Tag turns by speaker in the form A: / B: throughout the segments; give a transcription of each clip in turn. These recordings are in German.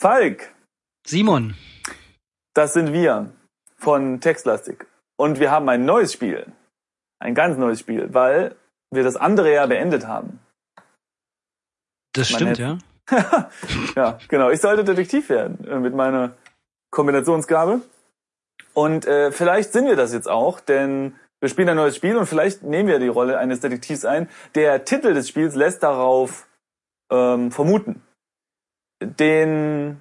A: Falk,
B: Simon,
A: das sind wir von Textlastik. Und wir haben ein neues Spiel. Ein ganz neues Spiel, weil wir das andere ja beendet haben.
B: das
A: Mein
B: stimmt,
A: Neffe.
B: ja.
A: Ja, genau. Ich sollte Detektiv werden äh, mit meiner Kombinationsgabe. Und äh, vielleicht sind wir das jetzt auch, denn wir spielen ein neues Spiel und vielleicht nehmen wir die Rolle eines Detektivs ein. Der Titel des Spiels lässt darauf ähm, vermuten. Den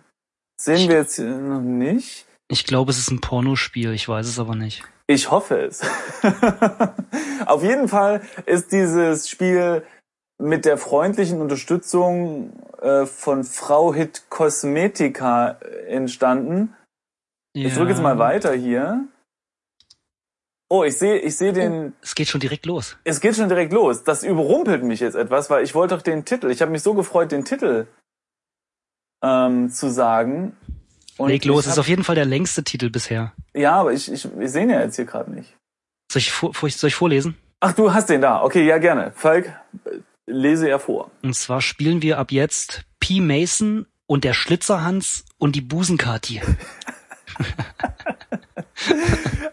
A: sehen wir jetzt äh, noch nicht.
B: Ich glaube, es ist ein Pornospiel, ich weiß es aber nicht.
A: Ich hoffe es. Auf jeden Fall ist dieses Spiel mit der freundlichen Unterstützung äh, von Frau Hit Cosmetica entstanden. Ich drücke jetzt mal weiter hier. Oh, ich sehe, ich sehe den.
B: Es geht schon direkt los.
A: Es geht schon direkt los. Das überrumpelt mich jetzt etwas, weil ich wollte doch den Titel. Ich habe mich so gefreut, den Titel ähm, zu sagen. Und
B: Leg los,
A: ich
B: ist
A: hab,
B: auf jeden Fall der längste Titel bisher.
A: ja, aber ich, ich, wir sehen ja jetzt hier gerade nicht.
B: Soll ich, vor, vor- soll ich vorlesen?
A: Ach, du hast den da. Okay, ja, gerne. Falk, äh, lese er vor.
B: Und zwar spielen wir ab jetzt P. Mason und der Schlitzerhans und die Busenkati.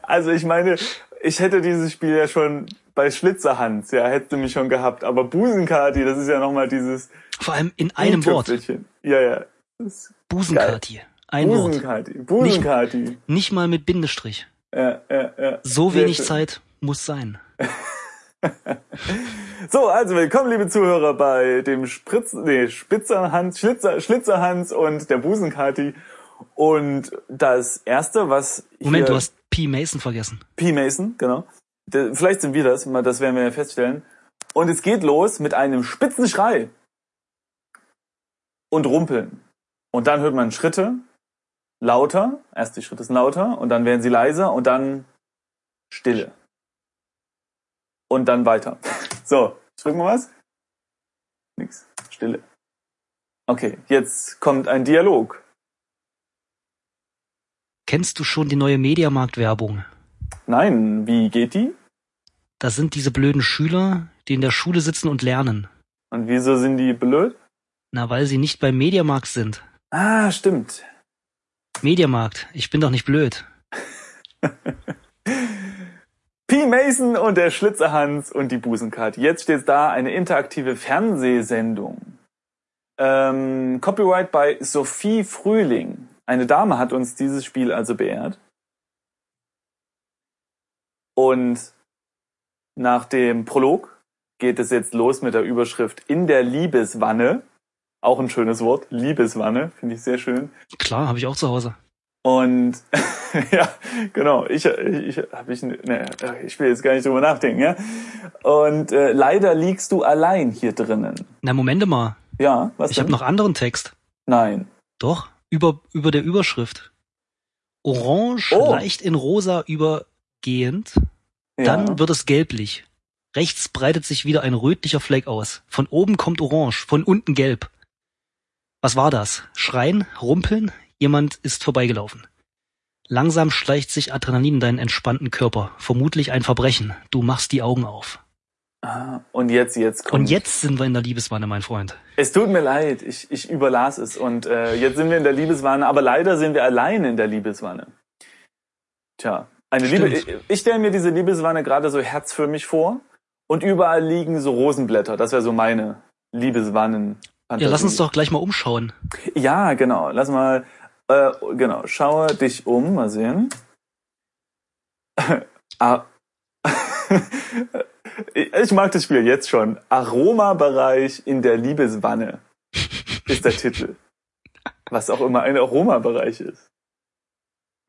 A: Also ich meine, ich hätte dieses Spiel ja schon bei Schlitzerhans, ja, hätte mich schon gehabt. Aber Busenkati, das ist ja nochmal dieses
B: Vor allem in einem Wort.
A: i-Tüpfelchen. Ja, ja. Das-
B: Busenkati. Ein Wort.
A: Busenkati. Busenkati.
B: Nicht mal mit Bindestrich.
A: Ja, ja, ja.
B: So
A: Sehr
B: wenig
A: schön.
B: Zeit muss sein.
A: So, also willkommen, liebe Zuhörer, bei dem Spritz, nee, Spitzerhans, Schlitzer, Schlitzerhans und der Busenkati. Und das erste, was
B: Moment,
A: hier-
B: du hast P. Mason vergessen.
A: P. Mason, genau. Der- vielleicht sind wir das, mal, das werden wir ja feststellen. Und es geht los mit einem spitzen Schrei. Und rumpeln. Und dann hört man Schritte. Lauter. Erst die Schritte sind lauter und dann werden sie leiser und dann Stille. Und dann weiter. So, drücken wir was? Nix. Stille. Okay, jetzt kommt ein Dialog.
B: Kennst du schon die neue Mediamarkt-Werbung?
A: Nein, wie geht die?
B: Das sind diese blöden Schüler, die in der Schule sitzen und lernen.
A: Und wieso sind die blöd?
B: Na, weil sie nicht beim Mediamarkt sind.
A: Ah, stimmt.
B: Mediamarkt, ich bin doch nicht blöd.
A: P. Mason und der Schlitzerhans und die Busenkarte. Jetzt steht da eine interaktive Fernsehsendung. Ähm, Copyright bei Sophie Frühling. Eine Dame hat uns dieses Spiel also beehrt. Und nach dem Prolog geht es jetzt los mit der Überschrift In der Liebeswanne. Auch ein schönes Wort. Liebeswanne. Finde ich sehr schön.
B: Klar, habe ich auch zu Hause.
A: Und ja, genau, ich, ich, ich habe ich, ne, ich will jetzt gar nicht drüber nachdenken, ja. Und äh, leider liegst du allein hier drinnen.
B: Na, Momente mal.
A: Ja, was
B: Ich habe
A: denn?
B: noch anderen Text.
A: Nein.
B: Doch, über, über der Überschrift. Orange
A: Oh.
B: leicht in rosa übergehend,
A: Ja.
B: dann wird es gelblich. Rechts breitet sich wieder ein rötlicher Fleck aus. Von oben kommt orange, von unten gelb. Was war das? Schreien? Rumpeln? Jemand ist vorbeigelaufen. Langsam schleicht sich Adrenalin in deinen entspannten Körper. Vermutlich ein Verbrechen. Du machst die Augen auf.
A: Ah, und jetzt, jetzt kommt.
B: Und jetzt sind wir in der Liebeswanne, mein Freund.
A: Es tut mir leid, ich, ich überlas es. Und äh, jetzt sind wir in der Liebeswanne, aber leider sind wir allein in der Liebeswanne. Tja, eine Liebe.
B: Stimmt.
A: Ich, ich stelle mir diese Liebeswanne gerade so herzförmig vor. Und überall liegen so Rosenblätter. Das wäre so meine Liebeswannen.
B: Ja, lass uns doch gleich mal umschauen.
A: Ja, genau. Lass mal, äh, genau, schaue dich um, mal sehen. ah. ich mag das Spiel jetzt schon. Aromabereich in der Liebeswanne ist der Titel. Was auch immer ein Aromabereich ist.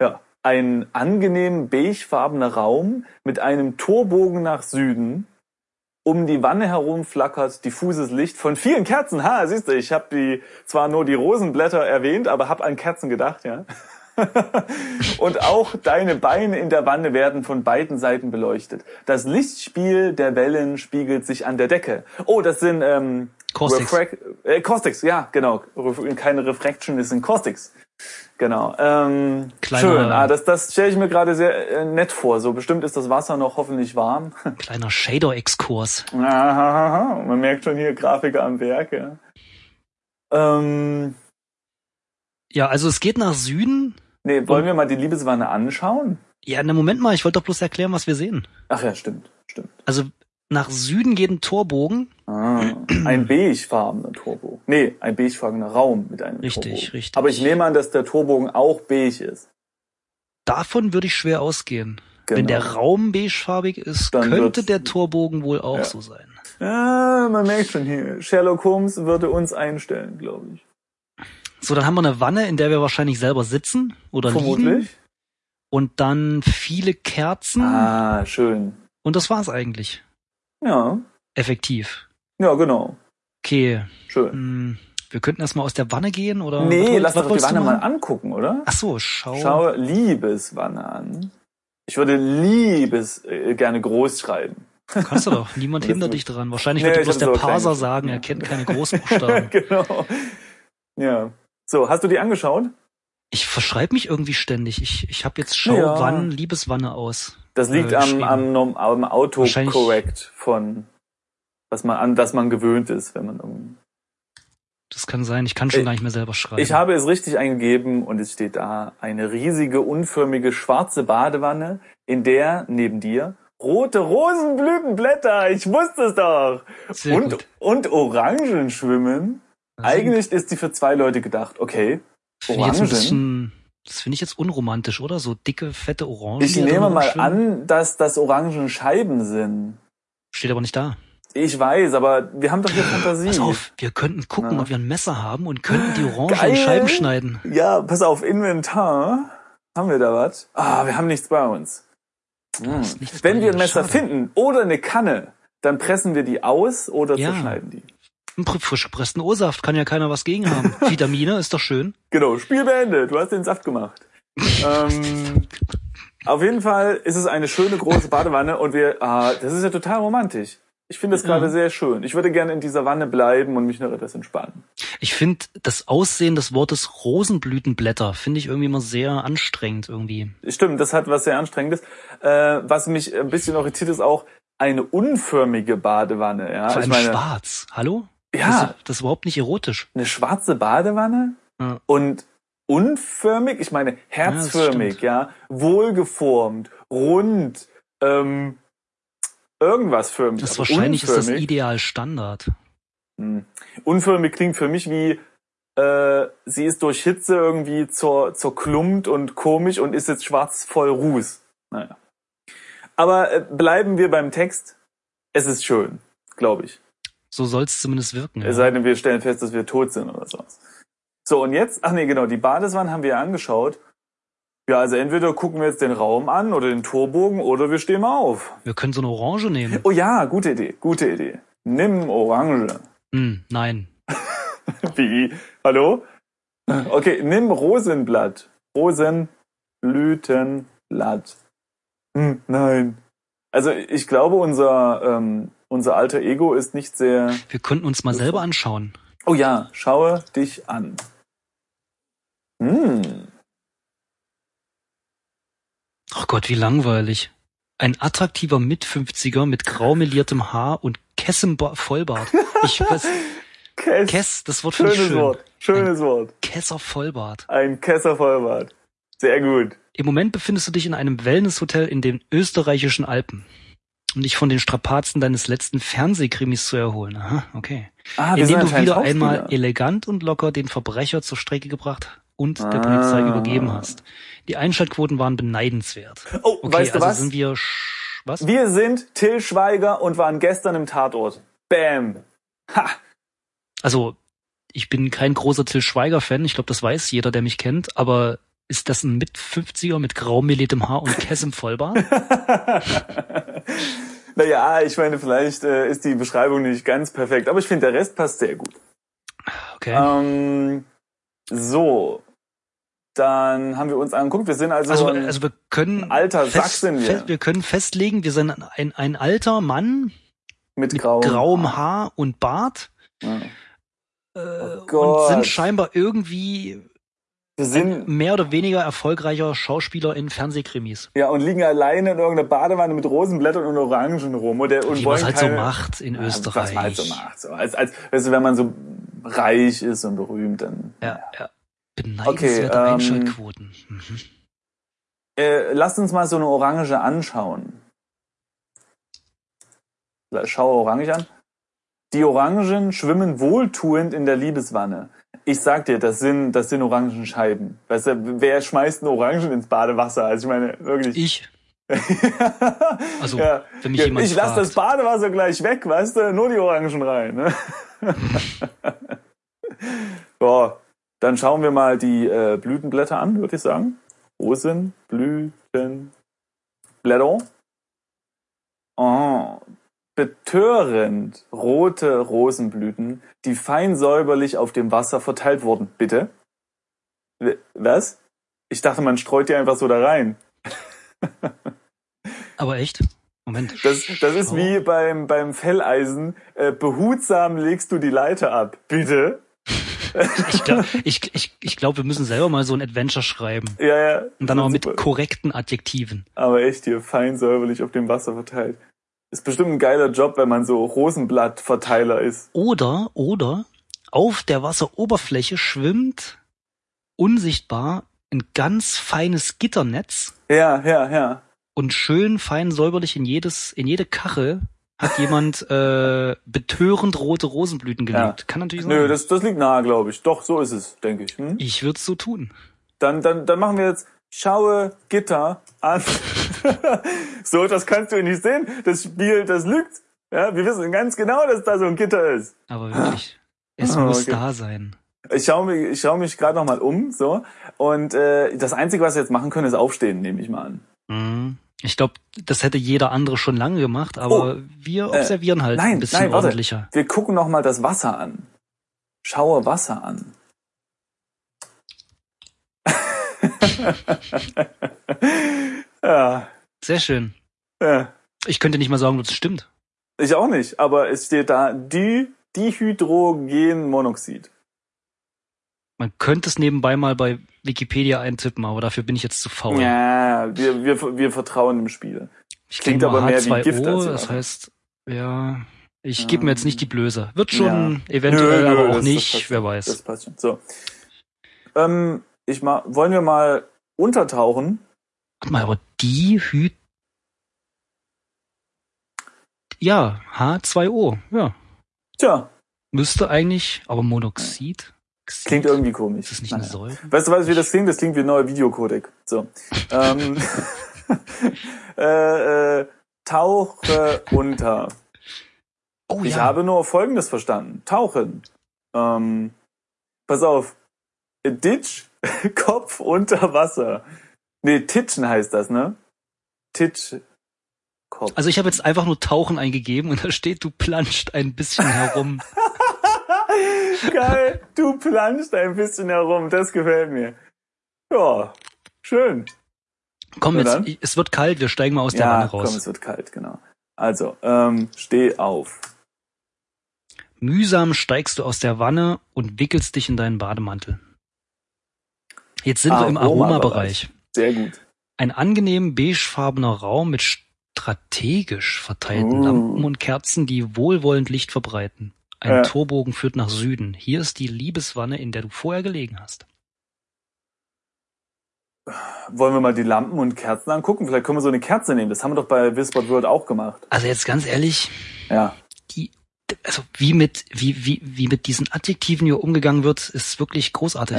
A: Ja, ein angenehm beigefarbener Raum mit einem Torbogen nach Süden. Um die Wanne herum flackert diffuses Licht von vielen Kerzen. Ha, siehst du, ich habe die zwar nur die Rosenblätter erwähnt, aber habe an Kerzen gedacht, ja. Und auch deine Beine in der Wanne werden von beiden Seiten beleuchtet. Das Lichtspiel der Wellen spiegelt sich an der Decke. Oh, das sind ähm,
B: Caustics.
A: Refrac äh, Caustics, ja, genau. Ref- Keine Refraction, das sind Caustics. Genau. Ähm,
B: Kleiner-
A: schön. Ah, das das stelle ich mir gerade sehr äh, nett vor. So bestimmt ist das Wasser noch hoffentlich warm.
B: Kleiner Shader-Exkurs.
A: Ahaha, Man merkt schon hier Grafiker am Werk, ja. Ähm,
B: Ja, also es geht nach Süden.
A: Nee, wollen wir mal die Liebeswanne anschauen?
B: Ja, na Moment mal, ich wollte doch bloß erklären, was wir sehen.
A: Ach ja, stimmt, stimmt.
B: Also nach Süden geht ein Torbogen.
A: Ah, ein beigfarbener Turbo. Nee, ein beigfarbener Raum mit einem
B: Richtig,
A: Turbo.
B: richtig.
A: Aber ich nehme an, dass der Turbogen auch beig ist.
B: Davon würde ich schwer ausgehen.
A: Genau.
B: Wenn der Raum beigefarbig ist,
A: Dann
B: könnte
A: wird's-
B: der Torbogen wohl auch
A: Ja.
B: so sein.
A: Ah, man merkt schon hier. Sherlock Holmes würde uns einstellen, glaube ich.
B: So, dann haben wir eine Wanne, in der wir wahrscheinlich selber sitzen oder liegen.
A: Vermutlich.
B: Und dann viele Kerzen.
A: Ah, schön.
B: Und das war's eigentlich.
A: Ja,
B: Effektiv.
A: ja, genau.
B: Okay,
A: Schön.
B: hm, wir könnten erstmal aus der Wanne gehen oder? Hm. was
A: Nee,
B: woll-
A: lass
B: was
A: doch die
B: wolltest du
A: Wanne mal
B: machen? Oh.
A: angucken, oder?
B: Ach so, schau.
A: Schau Liebeswanne an. Ich würde Liebes äh, gerne groß schreiben.
B: Kannst du doch. Niemand
A: Das
B: hindert
A: ist-
B: dich dran. Wahrscheinlich
A: Nee,
B: wird dir
A: ich
B: bloß
A: hab's
B: der
A: aber klein
B: Parser
A: geschrieben,
B: sagen,
A: ja.
B: er kennt keine Großbuchstaben.
A: genau. Ja. So, hast du die angeschaut?
B: Ich verschreibe mich irgendwie ständig. Ich, ich habe jetzt Schau,
A: Ja.
B: wann, Liebeswanne aus.
A: Das liegt
B: Äh,
A: am,
B: geschrieben.
A: am, Norm- am
B: Wahrscheinlich-
A: Autocorrect von, was man an, das man gewöhnt ist, wenn man irgendwie.
B: Das kann sein. Ich kann schon
A: Ich-
B: gar nicht mehr selber schreiben.
A: Ich habe es richtig eingegeben und es steht da eine riesige, unförmige, schwarze Badewanne, in der neben dir rote Rosenblütenblätter, ich wusste es doch,
B: Sehr gut.
A: und, und Orangen schwimmen.
B: Das
A: Eigentlich ist die für zwei Leute gedacht, okay.
B: finde ich jetzt ein
A: Orangen.
B: bisschen, das finde ich jetzt unromantisch, oder? So dicke, fette Orangen.
A: Ich
B: die da
A: nehme
B: drin
A: mal
B: rumschwimmen.
A: an, dass das Orangenscheiben sind.
B: Steht aber nicht da.
A: Ich weiß, aber wir haben doch hier Fantasie.
B: Pass auf, wir könnten gucken,
A: Na.
B: ob wir ein Messer haben und könnten die Orangen
A: Geil.
B: in Scheiben schneiden.
A: Ja, pass auf, Inventar. Haben wir da was? Ah, wir haben nichts bei uns. Hm.
B: ist nichts
A: Wenn
B: bei
A: wir ein
B: dir,
A: Messer
B: schade.
A: finden oder eine Kanne, dann pressen wir die aus oder
B: Ja.
A: zerschneiden die.
B: Ein pr- frisch gepressten O-Saft kann ja keiner was gegen haben. Vitamine ist doch schön.
A: Genau, Spiel beendet. Du hast den Saft gemacht. ähm, auf jeden Fall ist es eine schöne große Badewanne und wir, ah, das ist ja total romantisch. Ich finde das gerade sehr schön. Ich würde gerne in dieser Wanne bleiben und mich noch etwas entspannen.
B: Ich finde das Aussehen des Wortes Rosenblütenblätter finde ich irgendwie immer sehr anstrengend irgendwie.
A: Stimmt, das hat was sehr Anstrengendes. Äh, was mich ein bisschen irritiert, ist auch eine unförmige Badewanne. Ja, ich
B: Vor allem
A: meine,
B: schwarz. Hallo? Das,
A: ja,
B: ist, das ist überhaupt nicht erotisch.
A: eine schwarze Badewanne
B: Ja.
A: und unförmig, ich meine herzförmig, ja, wohlgeformt, rund, ähm, irgendwas förmig.
B: Das
A: aber
B: wahrscheinlich ist das
A: unförmig.
B: ideal Standard.
A: Hm. Unförmig klingt für mich wie, äh, sie ist durch Hitze irgendwie zur, zerklumpt und komisch und ist jetzt schwarz voll Ruß. Naja. Aber äh, bleiben wir beim Text. Es ist schön, glaube ich.
B: So soll's zumindest wirken.
A: Es
B: Ja.
A: sei denn, wir stellen fest, dass wir tot sind oder sowas. So, und jetzt, ach nee, genau, die Badeswanne haben wir ja angeschaut. Ja, also entweder gucken wir jetzt den Raum an oder den Torbogen oder wir stehen mal auf.
B: Wir können so eine Orange nehmen.
A: Oh ja, gute Idee, gute Idee. Nimm Orange.
B: Hm, nein.
A: Wie? Hallo? Okay, nimm Rosenblatt. Rosenblütenblatt. Hm, nein. Also ich glaube, unser, ähm, unser alter Ego ist nicht sehr.
B: Wir könnten uns mal selber anschauen.
A: Oh ja, schaue dich an. Hm.
B: Ach Gott, wie langweilig. Ein attraktiver Mit-50er mit graumeliertem Haar und kessem Ba- Vollbart. Ich weiß,
A: Kess,
B: Kess, das Wort finde ich
A: schönes
B: schön.
A: Wort. Schönes Wort.
B: Kesser Vollbart.
A: Ein Kesser Vollbart. Sehr gut.
B: Im Moment befindest du dich in einem Wellnesshotel in den österreichischen Alpen. Um dich von den Strapazen deines letzten Fernsehkrimis zu erholen. Aha, okay.
A: Ah,
B: indem du
A: anscheinend
B: wieder einmal
A: Schauspieler.
B: elegant und locker den Verbrecher zur Strecke gebracht und der
A: Ah.
B: Polizei übergeben hast. Die Einschaltquoten waren beneidenswert.
A: Oh,
B: Okay,
A: weißt du
B: also
A: was?
B: sind wir sch was?
A: Wir sind Till Schweiger und waren gestern im Tatort. Bam. Ha.
B: Also, ich bin kein großer Till Schweiger Fan, ich glaube, das weiß jeder, der mich kennt, aber ist das ein mit 50er mit graumeliertem Haar und Kessem Vollbart?
A: naja, ich meine, vielleicht äh, ist die Beschreibung nicht ganz perfekt, aber ich finde, der Rest passt sehr gut.
B: Okay.
A: Ähm, so, dann haben wir uns angeguckt. Wir sind also,
B: also,
A: ein
B: also wir können
A: alter Sack
B: fest,
A: sind wir.
B: fest, wir können festlegen, wir sind ein, ein alter Mann
A: mit,
B: mit
A: grauem,
B: grauem Haar und Bart.
A: Ja.
B: äh, und
A: Oh Gott.
B: sind scheinbar irgendwie
A: Wir sind
B: mehr oder weniger erfolgreicher Schauspieler in Fernsehkrimis.
A: ja und liegen alleine in irgendeiner Badewanne mit Rosenblättern und Orangen rum und, der, und
B: Wie man
A: wollen
B: es halt
A: keine, Also,
B: so macht in
A: Ja,
B: Österreich.
A: Was man halt so macht. So, als, als, weißt du, wenn man so reich ist und berühmt, dann
B: Ja, ja. Beneidenswerte
A: Okay, ähm,
B: Einschaltquoten. Mhm.
A: Äh, lasst uns mal so eine Orange anschauen. La- Schau Orange an. Die Orangen schwimmen wohltuend in der Liebeswanne. Ich sag dir, das sind, das sind Orangenscheiben. Weißt du, wer schmeißt eine Orangen ins Badewasser? Also ich meine, wirklich.
B: Ich, also
A: ja.
B: wenn mich
A: Ja,
B: jemand
A: ich lasse
B: fragt,
A: das Badewasser gleich weg, weißt du, nur die Orangen rein. Ne? so, dann schauen wir mal die äh, Blütenblätter an, würde ich sagen. Rosen, Blüten, Blätter. Oh, betörend rote Rosenblüten, die fein säuberlich auf dem Wasser verteilt wurden. Bitte? W- Was? Ich dachte, man streut die einfach so da rein.
B: aber echt? Moment.
A: Das, das ist
B: Schau.
A: wie beim, beim Felleisen. Äh, behutsam legst du die Leiter ab. Bitte?
B: Ich glaube, ich, ich, ich glaub, wir müssen selber mal so ein Adventure schreiben.
A: Ja, ja.
B: Und dann aber mit
A: Super.
B: korrekten Adjektiven.
A: Aber echt hier, fein säuberlich auf dem Wasser verteilt. Ist bestimmt ein geiler Job, wenn man so Rosenblattverteiler ist.
B: Oder, oder auf der Wasseroberfläche schwimmt unsichtbar ein ganz feines Gitternetz
A: Ja, ja, ja.
B: und schön fein säuberlich in jedes, in jede Kachel hat jemand äh, betörend rote Rosenblüten gelegt. Kann natürlich sein.
A: Nö, das, das liegt nahe, glaube ich. Doch, so ist es, denke ich. Hm?
B: ich würde so tun.
A: Dann, dann, dann machen wir jetzt Schaue Gitter an. so, das kannst du nicht sehen. Das Spiel, das lügt. Ja, wir wissen ganz genau, dass da so ein Gitter ist.
B: Aber wirklich, es
A: Ah,
B: muss
A: okay.
B: da sein.
A: Ich schaue mich, ich schaue mich gerade nochmal um, so. Und äh, das Einzige, was wir jetzt machen können, ist aufstehen, nehme ich mal an.
B: Mhm. Ich glaube, das hätte jeder andere schon lange gemacht, aber wir observieren halt
A: Oh, äh, nein,
B: ein bisschen
A: nein, warte.
B: ordentlicher.
A: Wir gucken nochmal das Wasser an. Schaue Wasser an. ja,
B: Sehr schön.
A: ja.
B: Ich könnte nicht mal sagen, ob das stimmt.
A: Ich auch nicht, aber es steht da Di Dihydrogenmonoxid.
B: Man könnte es nebenbei mal bei Wikipedia eintippen, aber dafür bin ich jetzt zu faul.
A: Ja, wir, wir, wir vertrauen dem Spiel.
B: ich
A: klingt
B: klinge mal
A: aber mehr wie
B: H2O,
A: Gift als
B: das
A: Waffe.
B: heißt, ja, ich gebe mir jetzt nicht die Blöße. Wird schon
A: Nö,
B: eventuell,
A: nö,
B: aber
A: das-
B: auch
A: das
B: nicht,
A: passt
B: wer
A: schon.
B: weiß.
A: Das passt schon. So. Ähm, ich ma wollen wir mal untertauchen?
B: Warte mal, aber die Hü... Ja, H2O, ja.
A: Tja,
B: Müsste eigentlich, aber Monoxid? Xid?
A: klingt irgendwie komisch.
B: Ist das nicht
A: Naja.
B: eine Säure?
A: Weißt du, was wie das klingt? Das klingt wie ein neuer Videocodec. So. ähm, äh, äh, tauche unter.
B: Oh
A: Ich
B: ja,
A: habe nur Folgendes verstanden. Tauchen. Ähm, pass auf. Ditch, Kopf unter Wasser. Nee, Titschen heißt das, ne? Titsch, Kopf.
B: also ich habe jetzt einfach nur Tauchen eingegeben und da steht, du planscht ein bisschen herum.
A: Geil, du planschst ein bisschen herum, das gefällt mir. Ja, schön.
B: Komm
A: Na
B: jetzt,
A: dann.
B: ich- es wird kalt, wir steigen mal aus der
A: Ja,
B: Wanne
A: komm,
B: raus.
A: es wird kalt, genau. Also, ähm, steh auf.
B: Mühsam steigst du aus der Wanne und wickelst dich in deinen Bademantel. Jetzt sind wir im
A: Ah, Aromabereich.
B: Aromabereich.
A: Sehr gut.
B: Ein angenehm beigefarbener Raum mit strategisch verteilten
A: Uh.
B: Lampen und Kerzen, die wohlwollend Licht verbreiten. Ein
A: Ja.
B: Torbogen führt nach Süden. Hier ist die Liebeswanne, in der du vorher gelegen hast.
A: Wollen wir mal die Lampen und Kerzen angucken? Vielleicht können wir so eine Kerze nehmen. Das haben wir doch bei Wispert World auch gemacht.
B: Also jetzt ganz ehrlich,
A: Ja.
B: also wie mit, wie, wie, wie mit diesen Adjektiven hier umgegangen wird, ist wirklich großartig.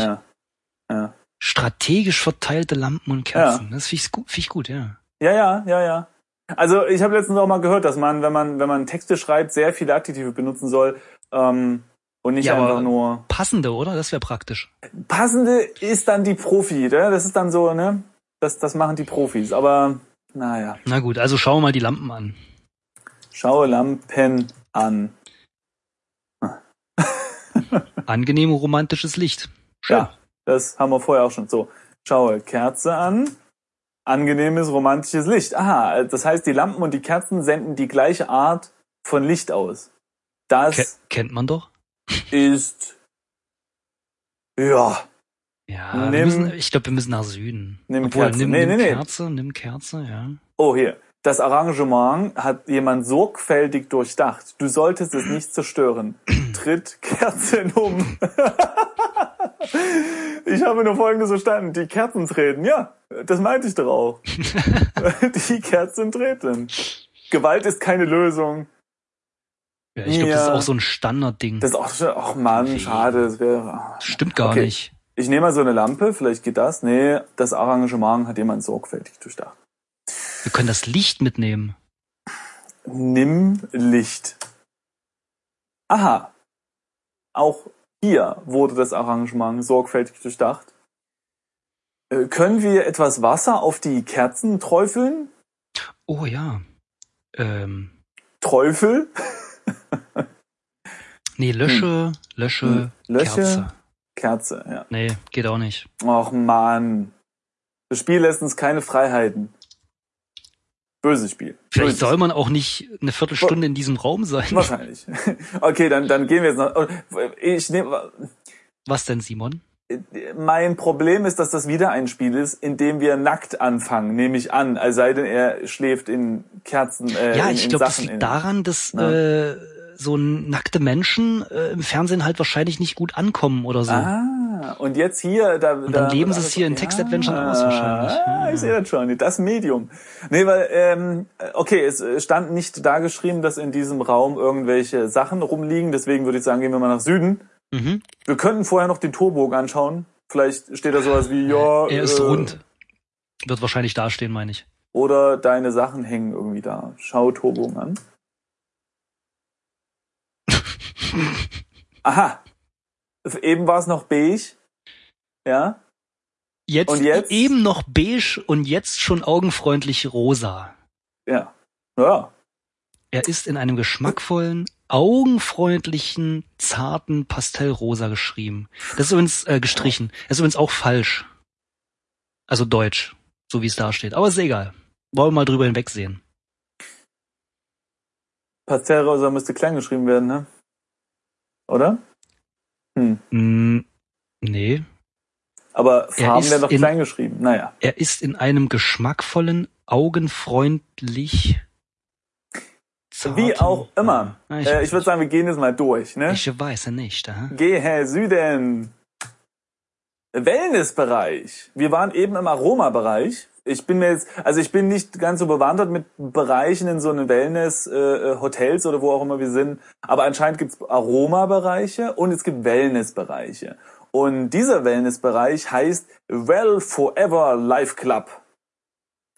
A: Ja,
B: Strategisch verteilte Lampen und Kerzen. Das finde ich gut, find ich gut, ja.
A: ja, ja, ja. ja. Also ich habe letztens auch mal gehört, dass man, wenn man, wenn man Texte schreibt, sehr viele Adjektive benutzen soll ähm, und nicht
B: Ja, aber-
A: einfach nur.
B: Passende, oder? Das wäre praktisch.
A: Passende ist dann die Profi, ne? Das ist dann so, ne? Das, das machen die Profis. Aber naja,
B: Na gut, also schauen wir mal die Lampen an.
A: schaue Lampen an.
B: Angenehm romantisches Licht. Schön.
A: Ja, das haben wir vorher auch schon. So, schaue Kerze an. Angenehmes romantisches Licht. Aha, das heißt, die Lampen und die Kerzen senden die gleiche Art von Licht aus.
B: Ke
A: Das
B: kennt man doch.
A: ist ja,
B: Ja,
A: Nimm-
B: wir müssen, ich glaube, wir müssen nach Süden.
A: Nimm
B: Obwohl,
A: Kerze.
B: Nimm,
A: Nee,
B: nimm
A: nee, nee.
B: Kerze, nimm Kerze, ja.
A: oh hier. Das Arrangement hat jemand sorgfältig durchdacht. Du solltest es nicht zerstören. Tritt Kerzen um. Ich habe nur folgendes verstanden. Die Kerzen treten. Ja, das meinte ich doch auch. die Kerzen treten. Gewalt ist keine Lösung.
B: Ja, ich glaube, das ist
A: Ja.
B: auch so ein Standardding.
A: Das ist auch schon, ach Mann, schade, das wäre.
B: Das stimmt gar
A: Okay.
B: nicht.
A: Ich nehme mal so eine Lampe, vielleicht geht das. Nee, das Arrangement hat jemand sorgfältig durchdacht.
B: Wir können das Licht mitnehmen.
A: Nimm Licht. Aha. Auch hier wurde das Arrangement sorgfältig durchdacht. Äh, können wir etwas Wasser auf die Kerzen träufeln?
B: Oh ja. Ähm,
A: Träufel?
B: nee, lösche,
A: Hm.
B: lösche,
A: Löcher?
B: Kerze.
A: Kerze, ja.
B: Nee, geht auch nicht.
A: Och man. Das Spiel lässt uns keine Freiheiten. Böses Spiel.
B: Vielleicht
A: Böses.
B: soll man auch nicht eine Viertelstunde in diesem Raum sein.
A: Wahrscheinlich. Okay, dann, dann gehen wir jetzt noch. äh, Ich nehme.
B: Was denn, Simon?
A: Mein Problem ist, dass das wieder ein Spiel ist, in dem wir nackt anfangen, nehme ich an. Also sei denn, er schläft in Kerzen. Äh,
B: ja,
A: in,
B: ich
A: in
B: glaube, das
A: Sachen
B: liegt
A: in. ne?
B: daran, dass
A: Ja.
B: äh, so nackte Menschen äh, im Fernsehen halt wahrscheinlich nicht gut ankommen oder so.
A: Ah, und jetzt hier, da,
B: Und
A: da
B: dann leben sie
A: alles-
B: es hier in Textadventuren aus wahrscheinlich.
A: Ah, ich sehe das schon, das Medium. Nee, weil, ähm, okay, es äh, stand nicht da geschrieben, dass in diesem Raum irgendwelche Sachen rumliegen, deswegen würde ich sagen, gehen wir mal nach Süden.
B: Mhm.
A: Wir könnten vorher noch den Torbogen anschauen. Vielleicht steht da sowas wie, ja,
B: er ist
A: äh,
B: rund. Wird wahrscheinlich dastehen, meine ich.
A: Oder deine Sachen hängen irgendwie da. Schau Torbogen an. Aha. Eben war es noch beige. Ja.
B: Jetzt,
A: Und jetzt?
B: eben noch beige und jetzt schon augenfreundlich rosa.
A: Ja. Naja.
B: Er ist in einem geschmackvollen, augenfreundlichen, zarten Pastellrosa geschrieben. Das ist übrigens äh, gestrichen. Das ist übrigens auch falsch. Also deutsch, so wie es da steht. Aber ist egal. Wollen wir mal drüber hinwegsehen.
A: Pastellrosa müsste klein geschrieben werden, ne? Oder?
B: Hm, nee.
A: Aber Farben
B: ist
A: werden doch
B: in-
A: klein geschrieben. Naja.
B: Er ist in einem geschmackvollen, augenfreundlich, zarten,
A: Wie auch immer.
B: Ja, ich,
A: Äh, ich würde sagen, wir gehen jetzt mal durch, ne?
B: ich weiß ja nicht. Aha.
A: Gehe Süden. Wellnessbereich. Wir waren eben im Aromabereich. Ich bin mir jetzt, also ich bin nicht ganz so bewandert mit Bereichen in so einem Wellness-Hotels oder wo auch immer wir sind. Aber anscheinend gibt's Aromabereiche und es gibt Wellnessbereiche. Und dieser Wellnessbereich heißt Well Forever Life Club.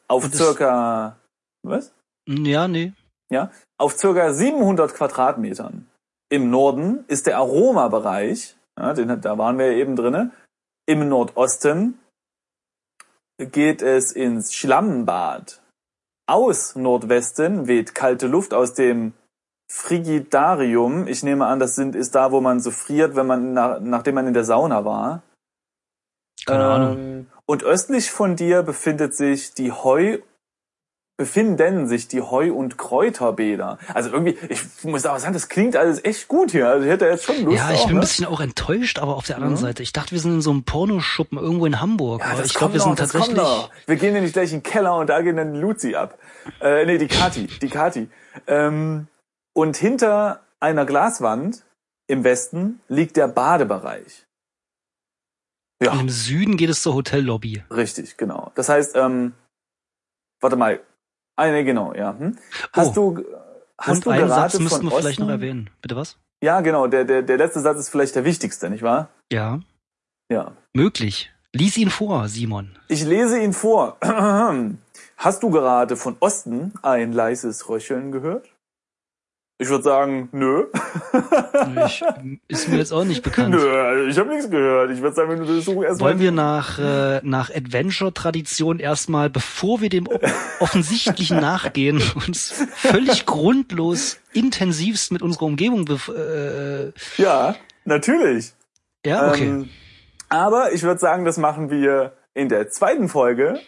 A: Auf
B: Und das-
A: circa, was?
B: Mm, Ja, nee.
A: Auf circa 700 Quadratmetern im Norden ist der Aromabereich, ja, den, da waren wir ja eben drinne. Im Nordosten geht es ins Schlammbad. Aus Nordwesten weht kalte Luft aus dem Frigidarium. Ich nehme an, das sind, ist da, wo man so friert, wenn man nach, nachdem man in der Sauna war.
B: Keine Ahnung.
A: Ähm, Und östlich von dir befindet sich die Heu, befinden sich die Heu- und Kräuterbäder. Also irgendwie, ich muss aber sagen, das klingt alles echt gut hier. Also ich hätte jetzt schon Lust
B: Ja, ich
A: auch,
B: bin ein
A: ne?
B: bisschen auch enttäuscht, aber auf der anderen
A: Mhm.
B: Seite, ich dachte, wir sind in so einem Pornoschuppen irgendwo in Hamburg.
A: Ja,
B: aber
A: das
B: ich glaube, wir
A: kommt
B: sind
A: noch, das kommt
B: tatsächlich.
A: noch. Wir gehen nämlich gleich in den Keller und da gehen dann die Luzi ab. Äh, nee, die Kati, die Kati. Ähm, und hinter einer Glaswand im Westen liegt der Badebereich. Ja.
B: Und im Süden geht es zur Hotellobby.
A: Richtig, genau. Das heißt, ähm, warte mal. Ah, nee, genau, ja. Hm? Hast du, hast
B: Oh. Und
A: du
B: einen Satz
A: geraten von
B: müssten wir
A: Osten?
B: vielleicht noch erwähnen. Bitte was?
A: Ja, genau. Der, der, der letzte Satz ist vielleicht der wichtigste, nicht wahr?
B: Ja,
A: Ja.
B: möglich. Lies ihn vor, Simon.
A: Ich lese ihn vor. Hast du gerade von Osten ein leises Röcheln gehört? Ich würde sagen, nö.
B: Ich, ist mir jetzt auch nicht bekannt.
A: Nö, ich habe nichts gehört. Ich würde sagen, wir suchen erstmal.
B: Wollen wir nach, äh, nach Adventure-Tradition erstmal, bevor wir dem o- Offensichtlichen nachgehen, uns völlig grundlos intensivst mit unserer Umgebung bef äh,
A: Ja, natürlich.
B: Ja, Ah, okay.
A: Ähm, aber ich würde sagen, das machen wir in der zweiten Folge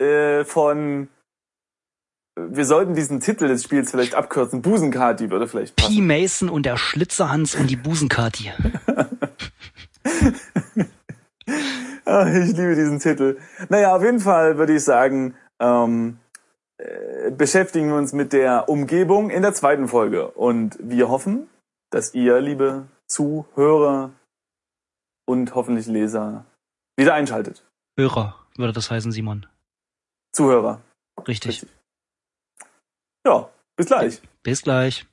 A: äh, von. äh, Wir sollten diesen Titel des Spiels vielleicht abkürzen. Busenkati würde vielleicht
B: P.
A: passen.
B: Mason und der Schlitzerhans und die Busenkati.
A: Ach, Ah, ich liebe diesen Titel. Naja, auf jeden Fall würde ich sagen, ähm, äh, beschäftigen wir uns mit der Umgebung in der zweiten Folge. Und wir hoffen, dass ihr, liebe Zuhörer, und hoffentlich Leser wieder einschaltet.
B: Hörer würde das heißen, Simon.
A: Zuhörer.
B: Richtig.
A: Ja, bis gleich.
B: Bis gleich.